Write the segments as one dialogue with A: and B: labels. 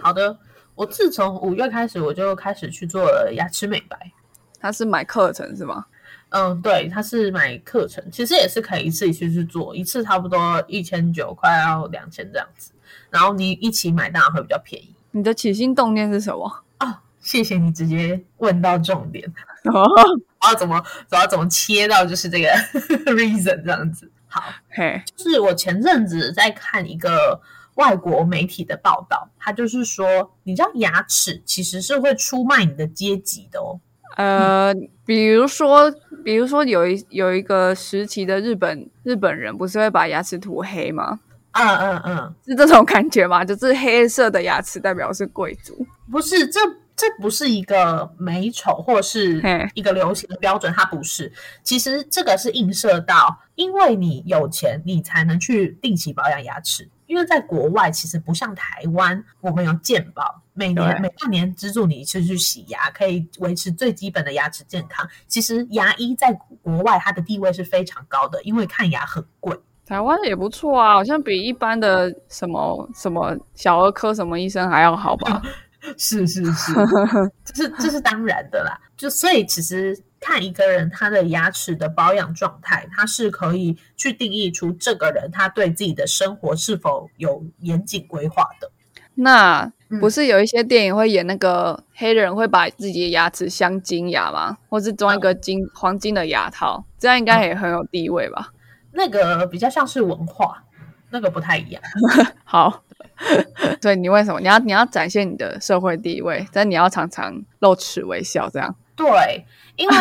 A: 好的，我自从五月开始，我就开始去做了牙齿美白。
B: 他是买课程是吗？
A: 嗯，对，它是买课程，其实也是可以自己去去做，一次差不多一千九，快要两千这样子。然后你一起买当然会比较便宜。
B: 你的起心动念是什么？
A: 谢谢你直接问到重点，
B: 哦
A: 我要怎么我要怎么切到就是这个 reason 这样子。好，
B: 嘿，
A: 就是我前阵子在看一个外国媒体的报道，它就是说，你知道牙齿其实是会出卖你的阶级的哦。
B: 呃，比如说，比如说有一有一个时期的日本日本人不是会把牙齿涂黑吗？
A: 嗯嗯嗯，
B: 是这种感觉吗？就是黑色的牙齿代表是贵族。
A: 不是，这这不是一个美丑或是
B: 嘿
A: 一个流行的标准，它不是。其实这个是映射到，因为你有钱，你才能去定期保养牙齿。因为在国外，其实不像台湾，我们有健保，每年
B: 对
A: 每半年资助你去去洗牙，可以维持最基本的牙齿健康。其实牙医在国外它的地位是非常高的，因为看牙很贵。
B: 台湾也不错啊，好像比一般的什么什么小儿科什么医生还要好吧？
A: 是是是，这是这是当然的啦。就所以其实看一个人他的牙齿的保养状态，他是可以去定义出这个人他对自己的生活是否有严谨规划的。
B: 那
A: 嗯
B: 不是有一些电影会演那个黑人会把自己的牙齿镶金牙吗？或是装一个金、黄金的牙套，这样应
A: 嗯
B: 该也很有地位吧？
A: 那个比较像是文化，那个不太一样。
B: 好， 所以你为什么你要你要展现你的社会地位，但你要常常露齿微笑，这样
A: 对，因为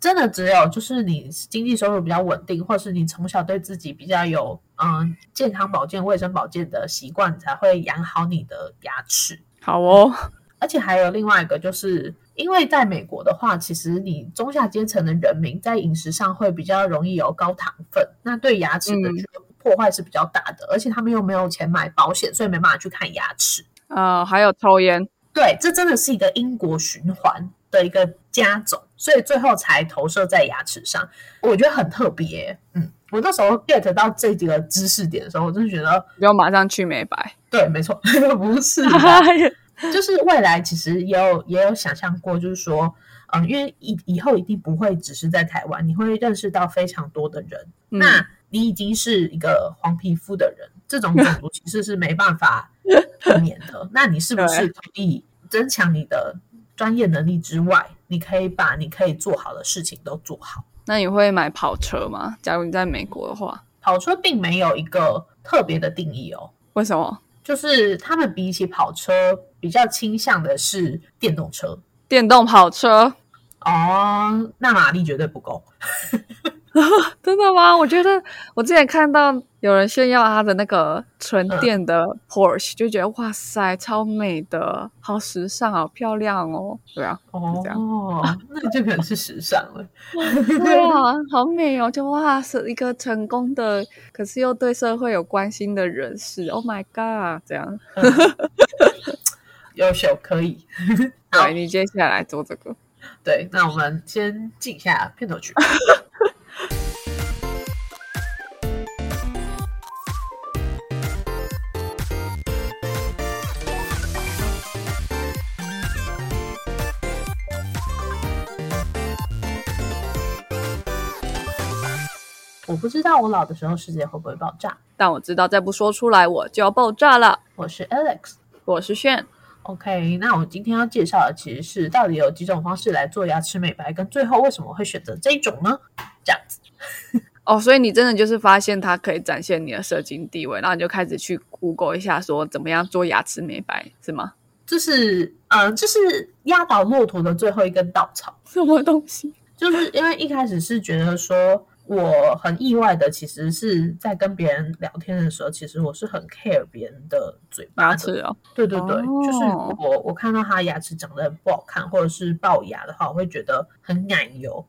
A: 真的只有就是你经济收入比较稳定，或是你从小对自己比较有嗯健康保健、卫生保健的习惯，你才会养好你的牙齿。
B: 好哦。
A: 而且还有另外一个，就是因为在美国的话，其实你中下阶层的人民在饮食上会比较容易有高糖分，那对牙齿的
B: 嗯
A: 破坏是比较大的，而且他们又没有钱买保险，所以没办法去看牙齿。
B: 呃，还有抽烟，
A: 对，这真的是一个因果循环的一个加总，所以最后才投射在牙齿上。我觉得很特别，嗯，我那时候 get 到这几个知识点的时候，我真的觉得
B: 你就马上去 美白。
A: 对，没错，不是啦。就是未来其实也有也有想象过，就是说，嗯，因为以以后一定不会只是在台湾，你会认识到非常多的人。
B: 嗯
A: 那你已经是一个黄皮肤的人，这种种族歧视是没办法避免的。那你是不是可以增强你的专业能力之外，你可以把你可以做好的事情都做好？
B: 那你会买跑车吗？假如你在美国的话，
A: 跑车并没有一个特别的定义哦，
B: 为什么
A: 就是他们比起跑车比较倾向的是电动车。
B: 电动跑车？
A: 哦，那马力绝对不够。
B: 真的吗？我觉得我之前看到有人炫耀他的那个纯电的 Porsche，、就觉得哇塞，超美的，好时尚，好漂亮哦。对啊，
A: 哦
B: 这，
A: 那这可能是时尚欸了。
B: 对啊，好美哦！就哇，是一个成功的，可是又对社会有关心的人士。Oh my god！这样，
A: 优秀可以。好
B: 对你接下来做这个，
A: 对，那我们先进一下片头曲。 我不知道我老的时候世界会不会爆炸。
B: 但我知道再不说出来我就要爆炸了。
A: 我是 Alex。
B: 我是炫，
A: OK，那我今天要介绍的其实是到底有几种方式来做牙齿美白，跟最后为什么会选择这一种呢？这样子，
B: 哦，所以你真的就是发现它可以展现你的社经地位，然后你就开始去 Google 一下，说怎么样做牙齿美白，是吗？
A: 这是呃，这是压倒骆驼的最后一根稻草，
B: 什么东西？
A: 就是因为一开始是觉得说我很意外的，其实是在跟别人聊天的时候，其实我是很 care 别人的嘴巴
B: 牙
A: 的，
B: 齿哦，
A: 对对对，就是
B: 哦
A: 我我看到他牙齿长得不好看，或者是龅牙的话，我会觉得很奶油，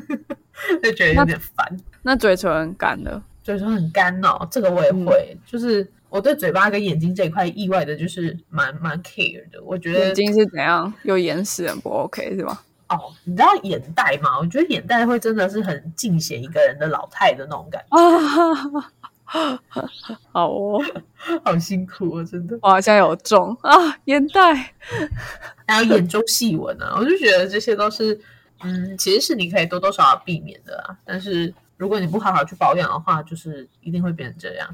A: 就觉得有
B: 那
A: 点烦。
B: 那嘴唇干了，
A: 嘴唇很干哦，这个我也会，就是我对嘴巴跟眼睛这一块意外的，就是蛮蛮 care 的。我觉
B: 眼
A: 得
B: 睛是怎样？有眼屎很不 OK 是吗？
A: 哦，你知道眼袋吗？我觉得眼袋会真的是很尽显一个人的老态的那种感觉。
B: 啊，好哦，
A: 好辛苦哦，真的。
B: 我好像有中啊，眼袋。
A: 还有眼周细纹啊，我 就觉得这些都是，嗯，其实是你可以多多少少避免的啊。但是如果你不好好去保养的话，就是一定会变成这样。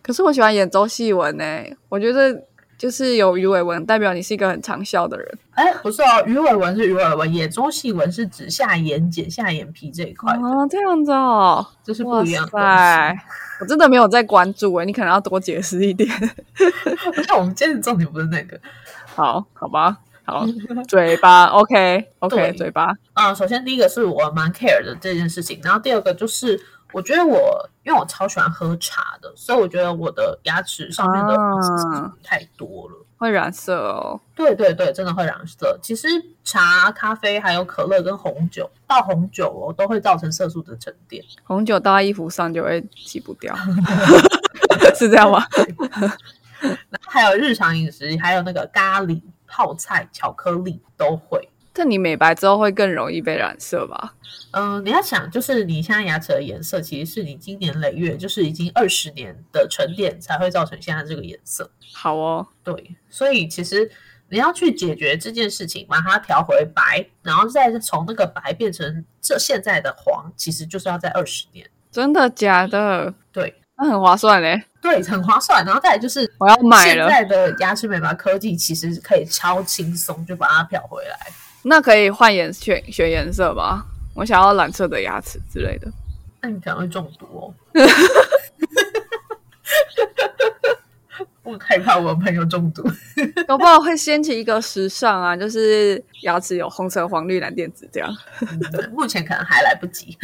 B: 可是我喜欢眼周细纹呢、我觉得就是有鱼尾纹，代表你是一个很长效的人。
A: 哎，不是哦，鱼尾纹是鱼尾纹，眼周细纹是指下眼睑、下眼皮这一块的，
B: 哦，这样子哦，
A: 啊这是不
B: 哇
A: 一样的东西。
B: 塞，我真的没有在关注欸诶，你可能要多解释一点。
A: 那我们今天的重点不是那个，
B: 好，好吧，好， 嘴巴，OK，OK，、
A: 对
B: 嘴巴，
A: 啊、首先第一个是我蛮 care 的这件事情，然后第二个就是我觉得我因为我超喜欢喝茶的，所以我觉得我的牙齿上面的
B: 啊
A: 刺太多了。
B: 会染色哦。
A: 对对对，真的会染色。其实茶、咖啡还有可乐跟红酒，到红酒哦都会造成色素的沉淀。
B: 红酒倒在衣服上就会洗不掉， 是这样吗？
A: 然后还有日常饮食，还有那个咖喱、泡菜、巧克力都会。
B: 但你美白之后会更容易被染色吧？
A: 嗯、你要想，就是你现在牙齿的颜色，其实是你经年累月，就是已经二十年的沉淀才会造成现在这个颜色。
B: 好哦，
A: 对，所以其实你要去解决这件事情，把它调回白，然后再从那个白变成这现在的黄，其实就是要在二十年。
B: 真的假的？
A: 对
B: 那很划算嘞，
A: 对，很划算。然后再来就是
B: 我要买
A: 现
B: 了。
A: 在的牙齿美白科技其实可以超轻松就把它漂回来。
B: 那可以换颜选选颜色吧？我想要蓝色的牙齿之类的。
A: 那你可能会中毒哦。 我很害怕我朋友中毒。
B: 搞不好会掀起一个时尚啊，就是牙齿有红橙黄绿蓝靛紫这样。
A: 嗯目前可能还来不及。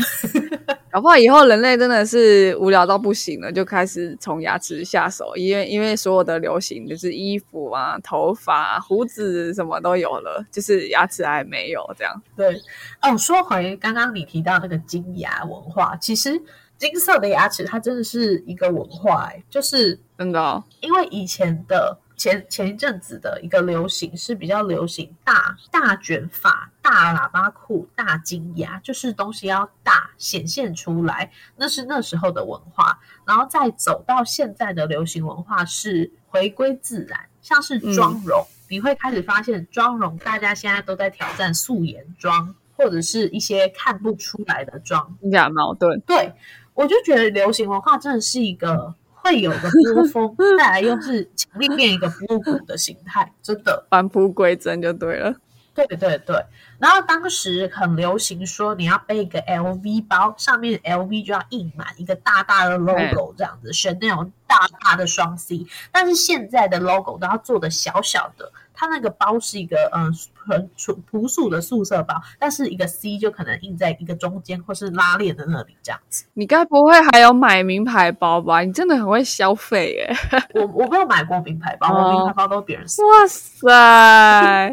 B: 搞不好以后人类真的是无聊到不行了，就开始从牙齿下手，因为因为所有的流行就是衣服啊、头发、胡子什么都有了，就是牙齿还没有这样。
A: 对，哦，说回刚刚你提到那个金牙文化，其实金色的牙齿它真的是一个文化、欸，就是
B: 真的、哦，
A: 因为以前的前前一阵子的一个流行是比较流行大大卷发、大喇叭裤、大金牙，就是东西要大显现出来，那是那时候的文化。然后再走到现在的流行文化是回归自然，像是妆容，你会开始发现妆容，大家现在都在挑战素颜妆，或者是一些看不出来的妆。
B: 听起来很矛盾。
A: 对，我就觉得流行文化真的是一个会有个波峰，再来又是强力变一个波谷的形态，真的。
B: 返璞归真就对了，
A: 对对对，然后当时很流行说你要背一个 LV 包，上面 LV 就要印满一个大大的 logo 这样子，选那种大大的双 C。但是现在的 logo 都要做的小小的，它那个包是一个嗯很朴朴素的素色包，但是一个 C 就可能印在一个中间或是拉链的那里这样子。
B: 你该不会还有买名牌包吧？你真的很会消费耶！
A: 我我没有买过名牌包，我
B: 哦
A: 名牌包都是别人送。
B: 哇塞，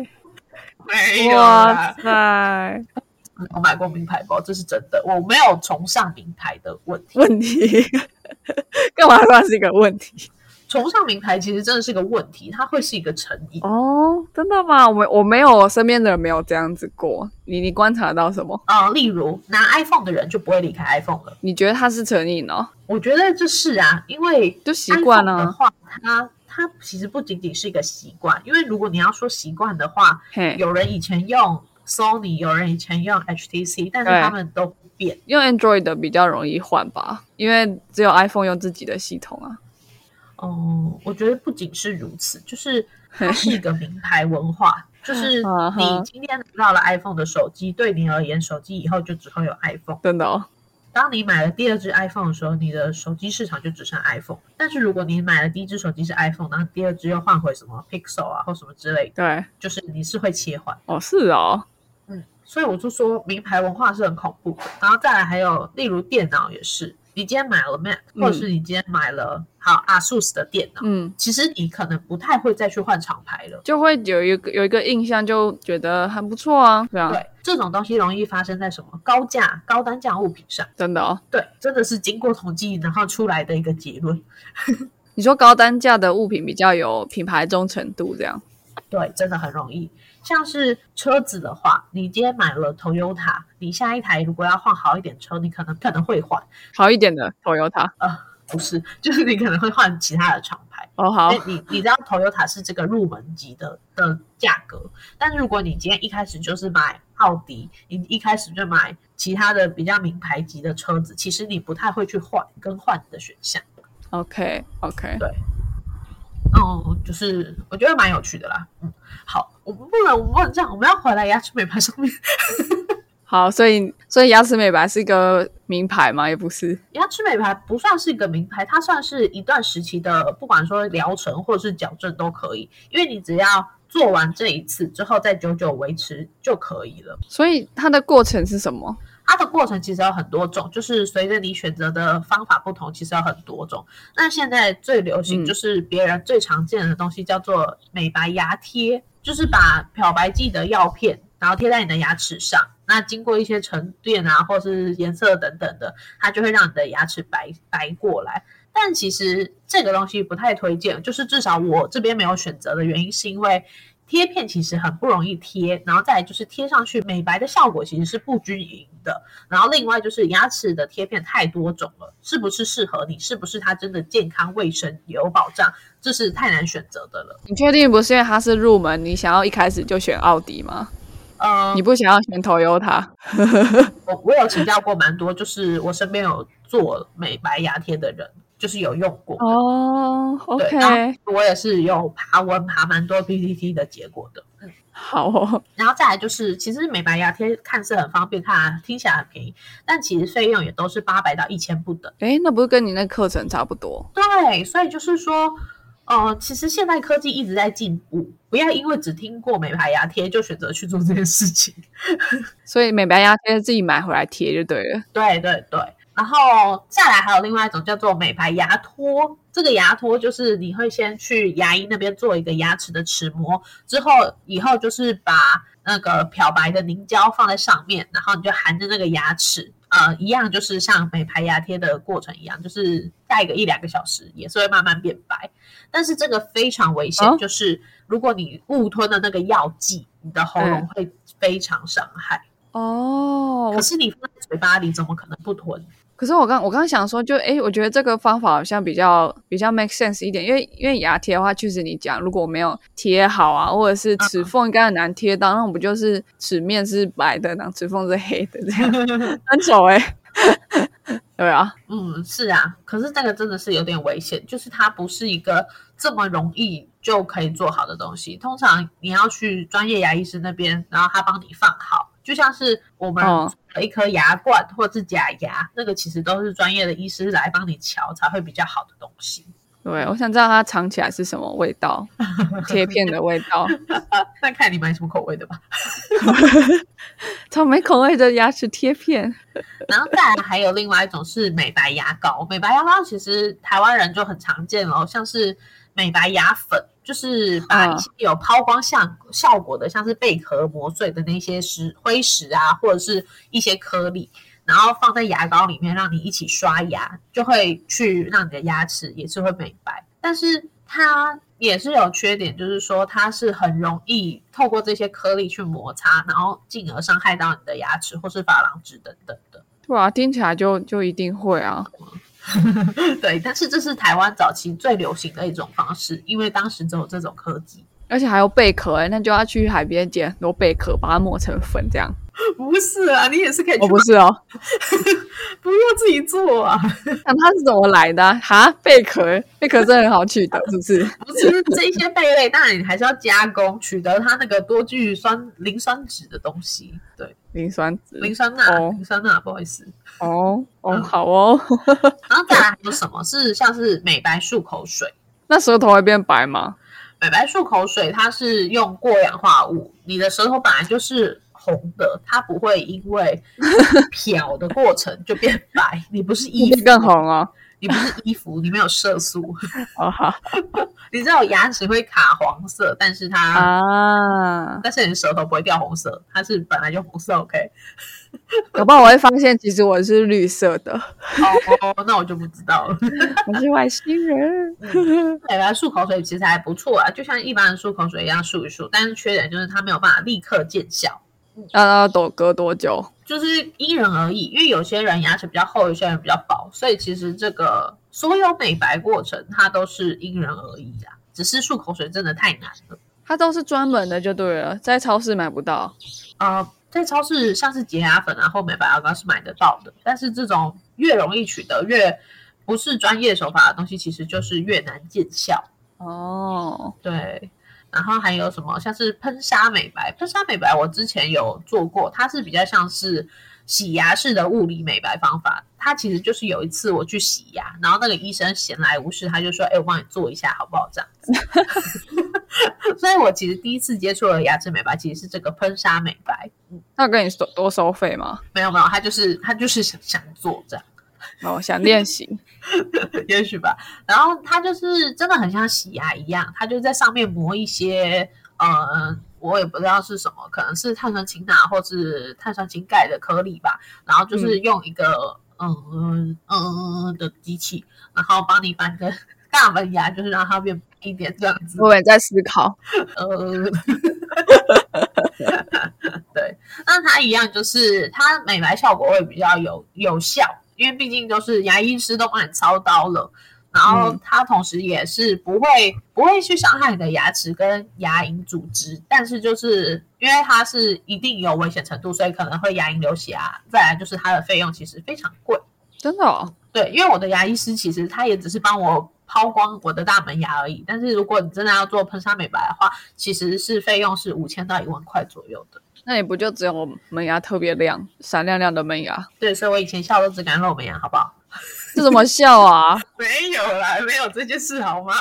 A: 没
B: 哇，塞，
A: 嗯我买过名牌包，这是真的。我没有崇尚名牌的问题，
B: 问题 干嘛算是一个问题？
A: 崇尚名牌其实真的是个问题，它会是一个成瘾。
B: 哦，真的吗？我没我没有，我身边的人没有这样子过。你你观察到什么？
A: 啊、例如拿 iPhone 的人就不会离开 iPhone 了。
B: 你觉得他是成瘾哦？
A: 我觉得这是啊，因为
B: 就习惯
A: iPhone 的
B: 啊，
A: 话，它它其实不仅仅是一个习惯，因为如果你要说习惯的话，
B: 嘿，
A: 有人以前用 Sony，有人以前用 HTC，但是
B: 对
A: 他们都不变。
B: 用 Android 的比较容易换吧，因为只有 iPhone 用自己的系统啊。
A: 哦，我觉得不仅是如此，就是它是一 个名牌文化，就是
B: 啊哈
A: 你今天拿到了 iPhone 的手机，对你而言，手机以后就只会有 iPhone。
B: 真的哦，
A: 当你买了第二只 iPhone 的时候，你的手机市场就只剩 iPhone。但是如果你买了第一只手机是 iPhone，然后第二只又换回什么 Pixel 啊或什么之类的，
B: 对，
A: 就是你是会切换。
B: 哦是哦，
A: 嗯，所以我就说名牌文化是很恐怖的。然后再来还有，例如电脑也是，你今天买了 Mac，或者是你今天买了好 ASUS 的电脑。
B: 嗯，
A: 其实你可能不太会再去换厂牌了。
B: 就会有一个有一个印象，就觉得很不错啊，对啊，
A: 对，这种东西容易发生在什么高价、高单价物品上。
B: 真的哦。
A: 对，真的是经过统计然后出来的一个结论。
B: 你说高单价的物品比较有品牌忠诚度，这样
A: 对，真的很容易。像是车子的话，你今天买了 Toyota，你下一台如果要换好一点车，你可能可能会换。
B: 好一点的 Toyota，
A: 不是， 就是你可能会换其他的厂牌。
B: 哦，好
A: 所，以你你知道 Toyota 是这个入门级的的价格，但如果你今天一开始就是买奥迪，你一开始就买其他的比较名牌级的车子，其实你不太会去换更换的选项。
B: OK OK，
A: 哦，就是我觉得蛮有趣的啦。嗯，好，我们不能我们不能这样，我们要回来牙齿美白上面。
B: 好，所以所以牙齿美白是一个名牌吗？也不是
A: 牙齿美白不算是一个名牌，它算是一段时期的，不管说疗程或者是矫正都可以，因为你只要做完这一次之后再久久维持就可以了。
B: 所以它的过程是什么？
A: 它的过程其实有很多种，就是随着你选择的方法不同，其实有很多种。那现在最流行
B: 嗯
A: 就是别人最常见的东西叫做美白牙贴，就是把漂白剂的药片，然后贴在你的牙齿上。那经过一些沉淀啊，或是颜色等等的，它就会让你的牙齿白白过来。但其实这个东西不太推荐，就是至少我这边没有选择的原因，是因为贴片其实很不容易贴，然后再来就是贴上去美白的效果其实是不均匀的。然后另外就是牙齿的贴片太多种了，是不是适合你，是不是它真的健康卫生有保障，这是太难选择的了。
B: 你确定不是因为它是入门，你想要一开始就选奥迪吗？
A: 呃，
B: 你不想要选 Toyota？
A: 我我有请教过蛮多，就是我身边有做美白牙贴的人，就是有用过的。
B: 哦
A: 对，然后我也是有爬文爬蛮多 PPT 的结果的。
B: 好哦，
A: 然后再来就是，其实美白牙贴看似很方便，看听起来很便宜，但其实费用也都是八百到一千不等。
B: 诶，那不是跟你那课程差不多？
A: 对，所以就是说，呃，其实现代科技一直在进步，不要因为只听过美白牙贴就选择去做这件事情。
B: 所以美白牙贴自己买回来贴就对了。
A: 对对对，然后再来还有另外一种叫做美白牙托，这个牙托就是你会先去牙医那边做一个牙齿的齿模，之后以后就是把那个漂白的凝胶放在上面，然后你就含着那个牙齿。呃，一样就是像美白牙贴的过程一样，就是戴个一两个小时，也是会慢慢变白。但是这个非常危险，
B: 哦
A: 就是如果你误吞了那个药剂，你的喉咙会非常伤害。
B: 哦，
A: 可是你放在嘴巴里，怎么可能不吞？
B: 可是我刚我刚想说就，诶，我觉得这个方法好像比较比较 make sense 一点，因为因为牙贴的话，确实你讲如果没有贴好啊，或者是
A: 嗯
B: 齿缝应该很难贴到，那我不就是齿面是白的，然后齿缝是黑的这 样，很丑诶。 对啊，
A: 嗯，是啊，可是这个真的是有点危险，就是它不是一个这么容易就可以做好的东西。通常你要去专业牙医师那边，然后他帮你放好，就像是我们
B: 哦
A: 做一颗牙冠或是假牙，那个其实都是专业的医师来帮你瞧才会比较好的东西。
B: 对，我想知道它尝起来是什么味道，贴片的味道，
A: 那看你买什么口味的吧。
B: 草莓口味的牙齿贴片。
A: 然后再来还有另外一种是美白牙膏，美白牙膏其实台湾人就很常见了，像是美白牙粉，就是把
B: 嗯
A: 一些有抛光效效果的，像是贝壳磨碎的那些石灰石啊，或者是一些颗粒，然后放在牙膏里面，让你一起刷牙，就会去让你的牙齿也是会美白。但是它也是有缺点，就是说它是很容易透过这些颗粒去摩擦，然后进而伤害到你的牙齿或是珐琅质等等的。
B: 对啊，听起来就就一定会啊。
A: 对，但是这是台湾早期最流行的一种方式，因为当时只有这种科技。
B: 而且还有贝壳、欸，那就要去海边捡很多贝壳，把它磨成粉这样。
A: 不是啊，你也是可以去
B: 哦，
A: 买，
B: 不是哦，
A: 不用自己做啊。
B: 那它是怎么来的、啊？哈，贝壳，贝壳真的很好 取得，是不是？
A: 不是这一些贝类，当然你还是要加工，取得它那个多聚酸磷酸酯的东西。对，
B: 磷酸酯。
A: 磷酸钠，
B: 哦
A: 磷酸钠，不好意思。
B: 哦哦，
A: 嗯
B: 好哦。
A: 然后再来还有什么是像是美白漱口水？
B: 那舌头会变白吗？
A: 美白漱口水它是用过氧化物，你的舌头本来就是红的，它不会因为 漂的过程就 变白。你不是衣
B: 变
A: 服，
B: 更红哦。
A: 你不是衣服，你没有色素，
B: 哦好
A: 你知道牙齿会卡黄色，但是它、
B: 啊，
A: 但是你舌头不会掉红色，它是本来就红色。OK，
B: 搞不好我会发现其实我是绿色的，
A: 哦，那我就不知道了。
B: 我是外星人。
A: 美白漱口水其实还不错啊，就像一般的漱口水一样漱一漱，但是缺点就是它没有办法立刻见效。嗯
B: 那要躲隔多久？
A: 就是因人而异，因为有些人牙齿比较厚，有些人比较薄，所以其实这个所有美白过程它都是因人而异啊，只是漱口水真的太难了。
B: 它都是专门的就对了，在超市买不到。
A: 呃，在超市像是洁牙粉啊或美白牙膏是买得到的，但是这种越容易取得越不是专业手法的东西，其实就是越难见效。
B: 哦，
A: 对，然后还有什么像是喷砂美白？喷砂美白我之前有做过，它是比较像是洗牙式的物理美白方法。它其实就是有一次我去洗牙，然后那个医生闲来无事，他就说：“哎、我帮你做一下好不好？”这样子。所以我其实第一次接触了牙齿美白，其实是这个喷砂美白。
B: 那我跟你说多收费吗？
A: 没有没有，他就是他就是想想做这样。
B: 然后想练习，
A: 嗯也许吧。然后它就是真的很像洗牙一样，它就在上面磨一些，呃，我也不知道是什么，可能是碳酸氢钠或是碳酸氢钙的颗粒吧。然后就是用一个嗯嗯嗯嗯的机器，然后帮你把你的 大门牙就是让它变一点这样子。
B: 我也在思考。
A: 呃， 对，那它一样就是它美白效果会比较有有效，因为毕竟都是牙医师都帮你操刀了，然后
B: 嗯
A: 它同时也是不会不会去伤害你的牙齿跟牙龈组织，但是就是因为它是一定有危险程度，所以可能会牙龈流血啊。再来就是它的费用其实非常贵，
B: 真的哦，
A: 对，因为我的牙医师其实他也只是帮我抛光我的大门牙而已。但是如果你真的要做喷砂美白的话，其实是费用是五千到一万块左右的。
B: 那也不就只有门牙特别亮、闪亮亮的门牙，
A: 对，所以我以前笑都只敢露门牙，好不好？
B: 这怎么笑啊？
A: 没有啦，没有这件事好吗？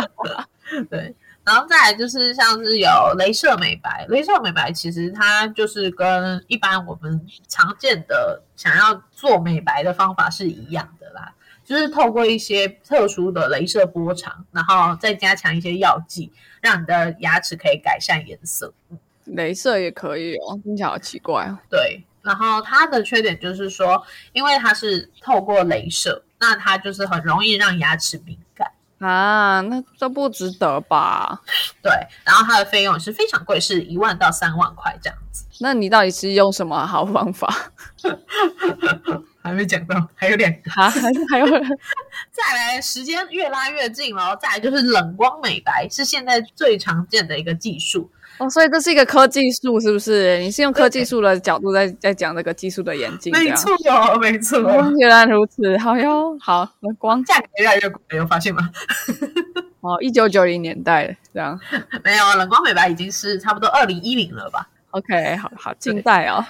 A: 对，然后再来就是像是有镭射美白，镭射美白其实它就是跟一般我们常见的想要做美白的方法是一样的啦，就是透过一些特殊的镭射波长，然后再加强一些药剂，让你的牙齿可以改善颜色。
B: 镭射也可以哦，听起来好奇怪哦。
A: 对，然后它的缺点就是说，因为它是透过镭射，那它就是很容易让牙齿敏感。
B: 啊，那这不值得吧？
A: 对，然后它的费用也是非常贵，是一万到三万块这样子。
B: 那你到底是用什么好方法？
A: 还没讲到，还有两个。
B: 啊，还是 还有人
A: 再来，时间越拉越近了，再来就是冷光美白，是现在最常见的一个技术。
B: 哦，所以这是一个科技术，是不是？你是用科技术的角度在在讲这个技术的演进，这样。
A: 哟，没错
B: 哦原来如此，好哟，好，那光
A: 价格越来越贵，有发现吗？
B: 哦，一九九零年代这样
A: 没有，冷光美白已经是差不多二零一零了吧？
B: ，OK，好好，近代哦，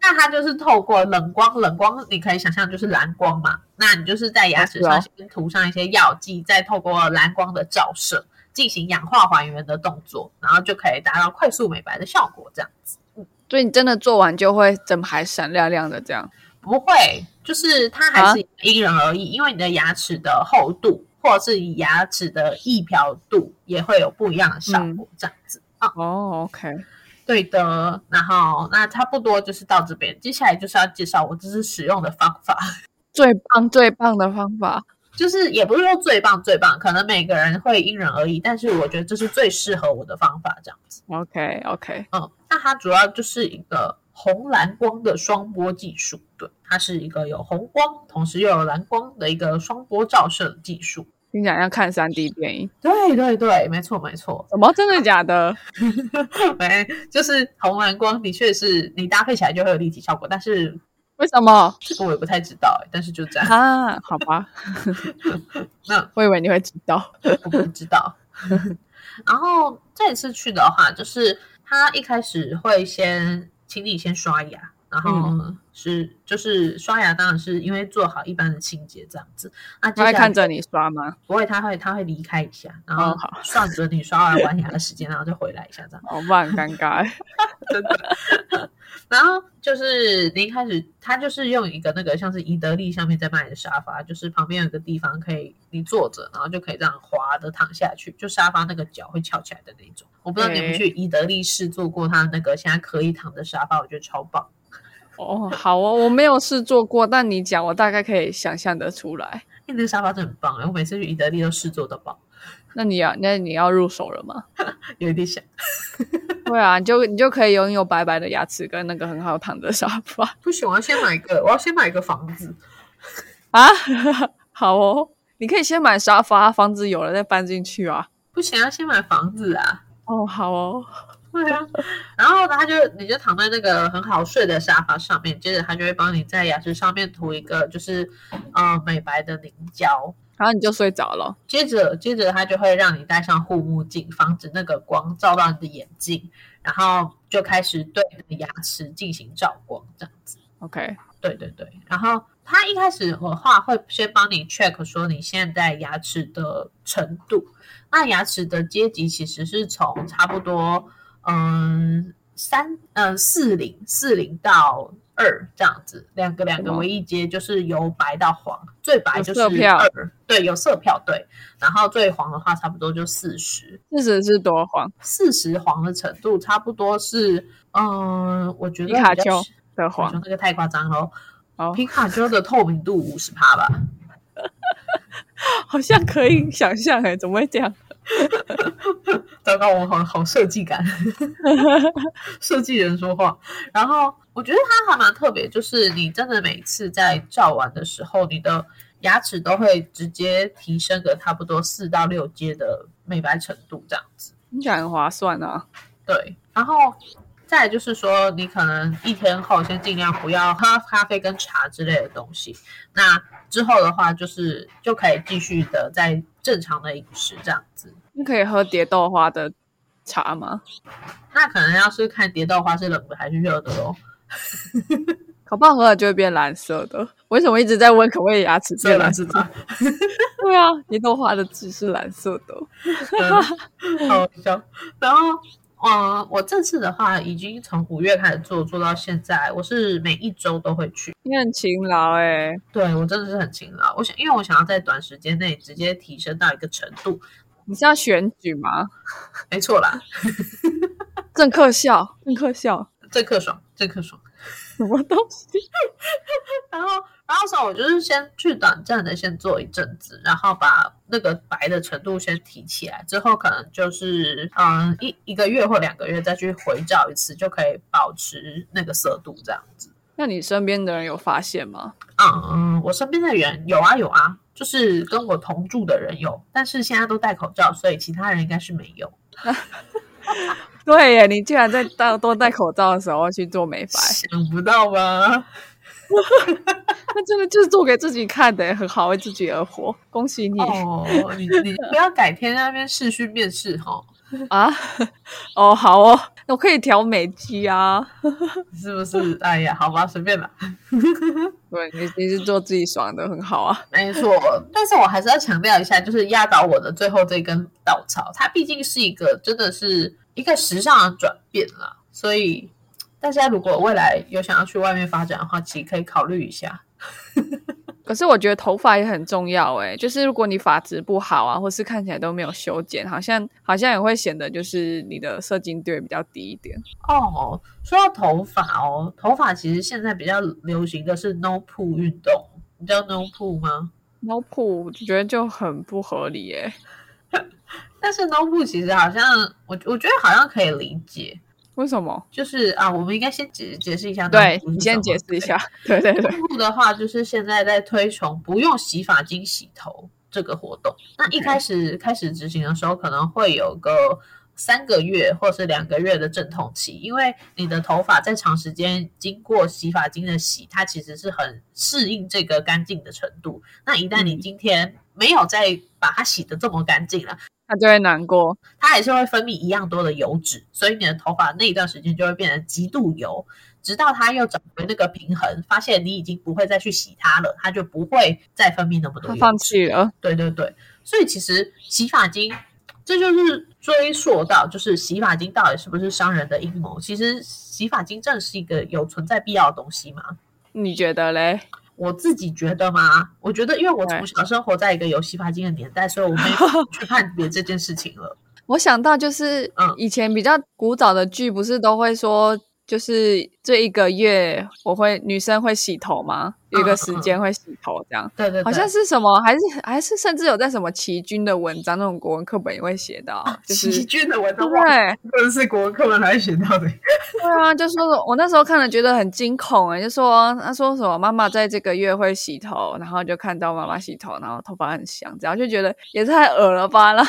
A: 那它就是透过冷光，冷光你可以想象就是蓝光嘛，那你就是在牙齿上
B: 哦
A: 先涂上一些药剂，再透过蓝光的照射进行氧化还原的动作，然后就可以达到快速美白的效果。这样
B: 所以你真的做完就会整排闪亮亮的这样。
A: 不会，就是它还是因人而异，因为你的牙齿的厚度或者是你牙齿的易漂度也会有不一样的效果。这样子啊，
B: 哦，OK，
A: 对的。然后那差不多就是到这边，接下来就是要介绍我这次使用的方法。
B: 最棒最棒的方法，
A: 就是也不是说最棒最棒，可能每个人会因人而异，但是我觉得这是最适合我的方法，这样子。
B: OK OK，
A: 嗯，那它主要就是一个红蓝光的双波技术，对，它是一个有红光，同时又有蓝光的一个双波照射技术。
B: 听起来像看三 D 电影，
A: 对对对，没错没错，
B: 怎么真的假 的？
A: 没就是红蓝光的确是你搭配起来就会有立体效果，但是
B: 为什么
A: 这个我也不太知道、欸但是就这样，
B: 啊？好吧，
A: 那
B: 我以为你会知道。
A: 我不知道。 然后这一次去的话，就是他一开始会先请你先刷牙，然后
B: 嗯
A: 是、就是刷牙，当然是因为做好一般的清洁这样子。那接
B: 他
A: 下
B: 会看
A: 来
B: 着你刷吗？
A: 不会，他会他会离开一下，然后
B: 哦好
A: 算准你刷完完牙的时间，然后就回来一下这样。
B: 哦，不然很尴 尬欸。
A: 然后就是你一开始，他就是用一个那个像是宜得利上面在卖的沙发，就是旁边有个地方可以你坐着，然后就可以这样滑的躺下去，就沙发那个脚会翘起来的那种。我不知道你们
B: 对
A: 去宜得利试坐过他那个现在可以躺的沙发，我觉得超棒。
B: 哦，好哦，我没有试做过，但你讲，我大概可以想象得出来。
A: 欸、那个沙发真的很棒、欸，我每次去宜得利都试坐到爆，
B: 那你要，那你要入手了吗？
A: 有一点想，
B: 对啊，你就你就可以拥有白白的牙齿跟那个很好躺的沙发
A: 不行，我要先买一个，我要先买一个房子。
B: 啊。 好哦，你可以先买沙发，房子有了再搬进去啊。
A: 不行，要先买房子啊。
B: 哦，好哦，
A: 对啊，然后他就你就躺在那个很好睡的沙发上面，接着他就会帮你在牙齿上面涂一个就是呃美白的凝胶，
B: 然后你就睡着了。
A: 接着接着他就会让你戴上护目镜，防止那个光照到你的眼睛，然后就开始对你的牙齿进行照光，这样子。
B: OK，
A: 对对对，然后他一开始的话会先帮你 check 说你现在牙齿的程度。那牙齿的阶级其实是从差不多嗯三嗯四零四零到二这样子，两个两个为一阶，就是由白到黄，最白就是
B: 有色票
A: 二，对，有色票对，然后最黄的话差不多就四十，
B: 事实是多黄
A: 四十黄的程度差不多是嗯，我觉得
B: 皮卡
A: 比较
B: 丘的
A: 我觉
B: 黄
A: 得那个太夸张喽。
B: 哦，
A: 皮卡丘的透明度五十帕吧，
B: 好像可以想象哎，怎么会这样？
A: 糟糕，我好好设计感，设计人说话。然后我觉得它还蛮特别，就是你真的每次在照完的时候，你的牙齿都会直接提升个差不多四到六阶的美白程度这样子。
B: 听起来很划算啊。
A: 对，然后再来就是说，你可能一天后先尽量不要喝咖啡跟茶之类的东西。那之后的话，就是就可以继续的在正常的饮食这样子。
B: 你可以喝蝶豆花的茶吗？
A: 那可能要是看蝶豆花是冷的还是热的 喽。
B: 可不好喝了就会变蓝色的。为什么一直在问可不可以牙齿变蓝色的？
A: 吧？
B: 对啊，蝶豆花的汁是蓝色的。
A: 嗯好笑。然后，嗯，我这次的话已经从五月开始做，做到现在，我是每一周都会去。
B: 你很勤劳哎、
A: 对我真的是很勤劳，我想，因为我想要在短时间内直接提升到一个程度，
B: 你是要选举吗？
A: 没错啦，
B: 政客笑，政客笑，
A: 这克爽，这克爽。
B: 什么东西？
A: 然后，然后所以我就是先去短暂的先做一阵子，然后把那个白的程度先提起来，之后可能就是嗯一一个月或两个月再去回照一次，就可以保持那个色度这样子。
B: 那你身边的人有发现吗？
A: 嗯嗯，我身边的人有啊有啊，就是跟我同住的人有，但是现在都戴口罩，所以其他人应该是没有。
B: 对耶，你竟然在戴多戴口罩的时候去做美白，
A: 想不到吧？
B: 那真的就是做给自己看的耶，很好，为自己而活，恭喜你、
A: 哦，你你不要改天在那边试训面试哈，
B: 啊！ 哦，好哦，那我可以调美肌啊。
A: 是不 是？哎呀，好吧，随便吧。
B: 对，你你是做自己爽的，很好啊。
A: 没错，但是我还是要强调一下，就是压倒我的最后这根稻草，它毕竟是一个真的是一个时尚的转变啦。所以大家如果未来有想要去外面发展的话，其实可以考虑一下。
B: 可是我觉得头发也很重要哎，就是如果你发质不好啊，或是看起来都没有修剪，好像好像也会显得就是你的社精地位比较低一点。
A: 哦，说到头发哦，头发其实现在比较流行的是 no pull 运动，你知道 no pull 吗？
B: 猫铺我觉得就很不合理欸耶。
A: 但是 no pull 其实好像我我觉得好像可以理解，
B: 为什么？
A: 就是啊，我们应该先解解释一下 no
B: 对
A: pull 是
B: 你先
A: 什么
B: 解释一下。 对对对，
A: 瀑布的话，就是现在在推崇不用洗发精洗头这个活动。那一开始开始执行的时候，可能会有个三个月或是两个月的阵痛期，因为你的头发在长时间经过洗发精的洗，它其实是很适应这个干净的程度。那一旦你
B: 嗯
A: 今天没有再把它洗得这么干净了，
B: 他就会难过。
A: 它还是会分泌一样多的油脂，所以你的头发那一段时间就会变得极度油，直到它又找回那个平衡，发现你已经不会再去洗它了，它就不会再分泌那么多
B: 他
A: 油脂。
B: 放弃了。
A: 对对对，所以其实洗发精，这就是追溯到就是洗发精到底是不是商人的阴谋。其实洗发精正是一个有存在必要的东西嘛。
B: 你觉得嘞？
A: 我自己觉得嘛，我觉得因为我从
B: 对
A: 小生活在一个有洗发精的年代，所以我没有去判别这件事情了。
B: 我想到就是
A: 嗯
B: 以前比较古早的剧，不是都会说，就是这一个月我会女生会洗头吗？有一个时间会洗头这样，
A: 嗯对对对，
B: 好像是什么，还是还是甚至有在什么齐军的文章那种国文课本也会写到，就是
A: 啊齐军的文章，
B: 对，
A: 或者是国文课本才写到的。
B: 对啊，就说我那时候看了觉得很惊恐哎、就说他说什么妈妈在这个月会洗头，然后就看到妈妈洗头，然后头发很香，这样就觉得也太恶了吧那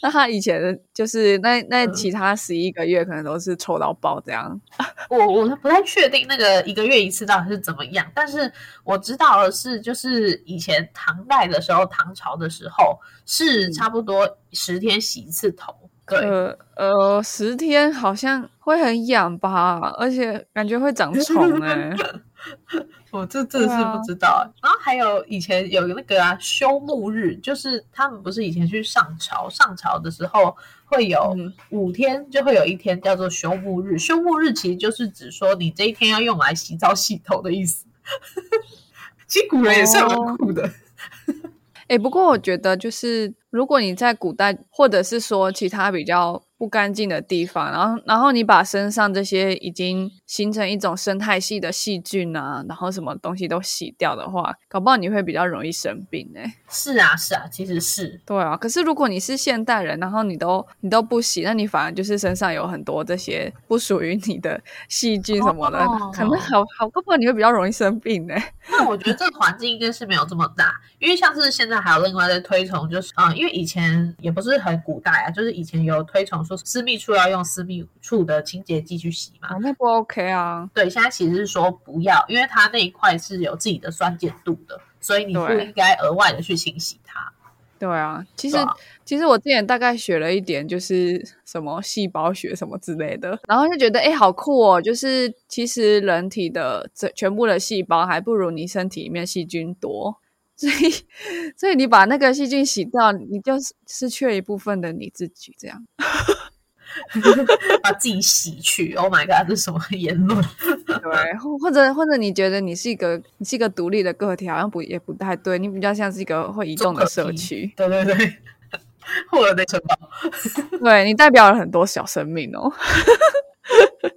B: 那他以前的就是那那其他十一个月可能都是臭到爆这样，
A: 我我不太确定那个一个月一次到底是怎么样，但是我知道的是，就是以前唐代的时候，唐朝的时候是差不多十天洗一次头。对，
B: 呃呃，十天好像会很痒吧，而且感觉会长虫哎、
A: 我这真的是不知道欸、然后还有以前有那个啊休沐日，就是他们不是以前去上朝，上朝的时候会有
B: 嗯
A: 五天，就会有一天叫做休沐日。休沐日其实就是指说你这一天要用来洗澡洗头的意思。 其实古人也是蛮酷的。
B: 哎、不过我觉得就是，如果你在古代，或者是说其他比较不干净的地方，然后然后你把身上这些已经形成一种生态系的细菌啊，然后什么东西都洗掉的话，搞不好你会比较容易生病哎、
A: 是啊，是啊，其实是
B: 对啊，可是如果你是现代人，然后你都你都不洗，那你反而就是身上有很多这些不属于你的细菌什么的，
A: 哦
B: 可能好好，搞不好你会比较容易生病哎、
A: 那我觉得这个环境应该是没有这么大，因为像是现在还有另外在推崇，就是啊、呃因为以前也不是很古代啊，就是以前有推崇说私密处要用私密处的清洁剂去洗嘛
B: 啊。，那不 OK 啊。
A: 对，现在其实是说不要，因为它那一块是有自己的酸碱度的，所以你不
B: 对
A: 应该额外的去清洗它。
B: 对啊，其实
A: 对啊
B: 其实我之前大概学了一点，就是什么细胞学什么之类的，然后就觉得哎，诶好酷哦！就是其实人体的这全部的细胞还不如你身体里面细菌多，所以所以你把那个细菌洗掉，你就失去了一部分的你自己。这 样，
A: 把自己洗去，Oh my god，这是什么言论？
B: 对，或或者或者你觉得你是一个你是一个独立的个体，好像不也不太对，你比较像是一个会移动的
A: 综合
B: 社
A: 体
B: 区，
A: 对对对， 获得的城堡。
B: 对你代表了很多小生命哦。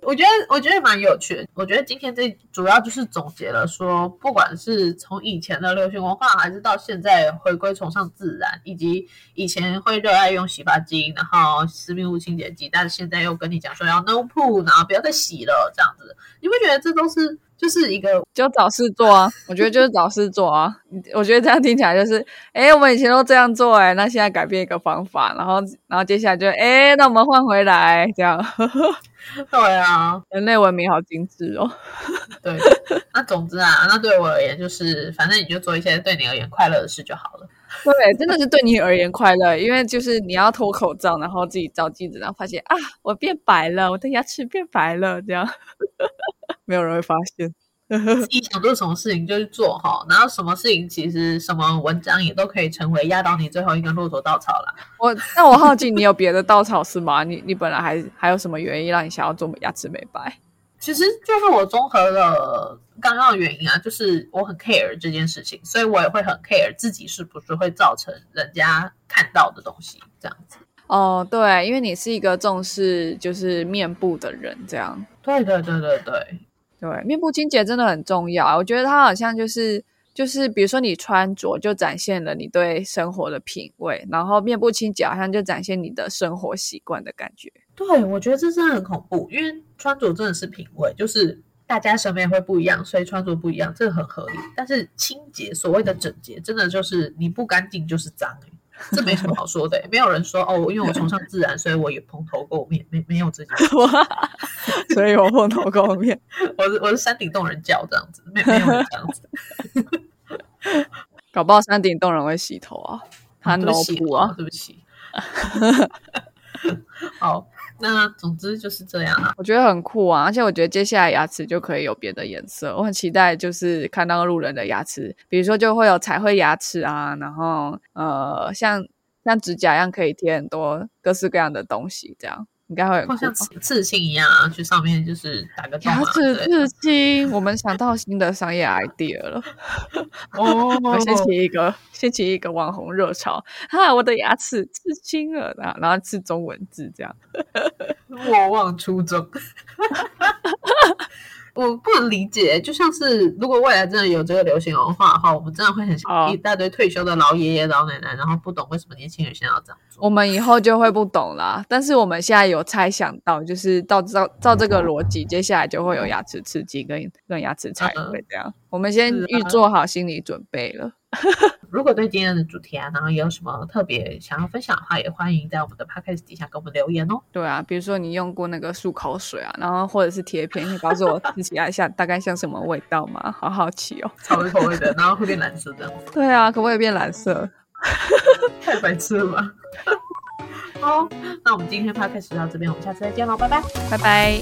A: 我觉得我觉得蛮有趣的。我觉得今天这主要就是总结了说，不管是从以前的流行文化，还是到现在回归崇尚自然，以及以前会热爱用洗发精，然后私密物清洁剂，但是现在又跟你讲说要 no poo，然后不要再洗了这样子，你不觉得这都是就是一个
B: 就找事做啊，我觉得就是找事做啊。我觉得这样听起来就是，哎，我们以前都这样做、诶哎，那现在改变一个方法，然后，然后接下来就，哎，那我们换回来，这样，
A: 对啊，
B: 人类文明好精致哦。
A: 对。那总之啊，那对我而言就是，反正你就做一些对你而言快乐的事就好了。
B: 对，真的是对你而言快乐，因为就是你要脱口罩，然后自己照镜子，然后发现啊，我变白了，我的牙齿变白了，这样， 没有人会发现。
A: 自己想做什么事情就去做哈，然后什么事情其实什么文章也都可以成为压倒你最后一根骆驼稻草啦。
B: 我，那我好奇，你有别的稻草是吗？你，你本来还还有什么原因让你想要做牙齿美白？
A: 其实就是我综合了刚刚的原因啊，就是我很 care 这件事情，所以我也会很 care 自己是不是会造成人家看到的东西这样子。
B: 哦，对，因为你是一个重视就是面部的人，这样
A: 对对对对对，
B: 对，面部清洁真的很重要啊。我觉得它好像就是就是，比如说你穿着就展现了你对生活的品味，然后面部清洁好像就展现你的生活习惯的感觉。
A: 对我觉得这真的很恐怖，因为穿着真的是品味，就是。大家审美会不一样，所以穿着不一样，这个很合理。但是清洁，所谓的整洁，真的就是你不干净就是脏、欸，这没什么好说的、欸。没有人说哦，因为我崇尚自然，所以我也蓬头垢面，没没有这件事。
B: 所以我碰头垢面。
A: 我是我是山顶洞人叫这样子，没没有人这样子。
B: 搞不好山顶洞人会洗头啊，他
A: 对不
B: no
A: 起
B: 布啊。
A: 对不起。好，那总之就是这样 啊。
B: 我觉得很酷啊，而且我觉得接下来牙齿就可以有别的颜色，我很期待就是看到路人的牙齿，比如说就会有彩绘牙齿啊，然后呃像像指甲一样可以贴很多各式各样的东西，这样应该会很酷
A: 或像
B: 吧。
A: 刺刺青一样啊，去上面就是打个洞啊
B: 牙
A: 之
B: 齿
A: 类的。
B: 刺青，我们想到新的商业 idea 了，
A: 哦，
B: 我掀起一个掀起一个网红热潮，哈，我的牙齿刺青了，然后然后刺中文字这样。
A: 莫忘初衷。 我不能理解，就像是如果未来真的有这个流行文化的话，我们真的会很
B: 哦
A: 像一大堆退休的老爷爷老奶奶，然后不懂为什么年轻人现在要这样做。
B: 我们以后就会不懂啦。但是我们现在有猜想到，就是照照照这个逻辑，接下来就会有牙齿刺激跟跟牙齿拆
A: 嗯
B: 会这样。我们先
A: 是啊
B: 预做好心理准备了。
A: 如果对今天的主题啊，然后有什么特别想要分享的话，也欢迎在我们的 podcast 底下给我们留言哦。
B: 对啊，比如说你用过那个漱口水啊，然后或者是贴片，你告诉我吃起来像大概像什么味道吗？好好奇哦。
A: 草莓口味 的，然后会变蓝色的，
B: 对啊，可不可以变蓝色？
A: 太白痴了吧！好，那我们今天 podcast 就到这边，我们下次再见喽，拜拜。
B: 拜拜。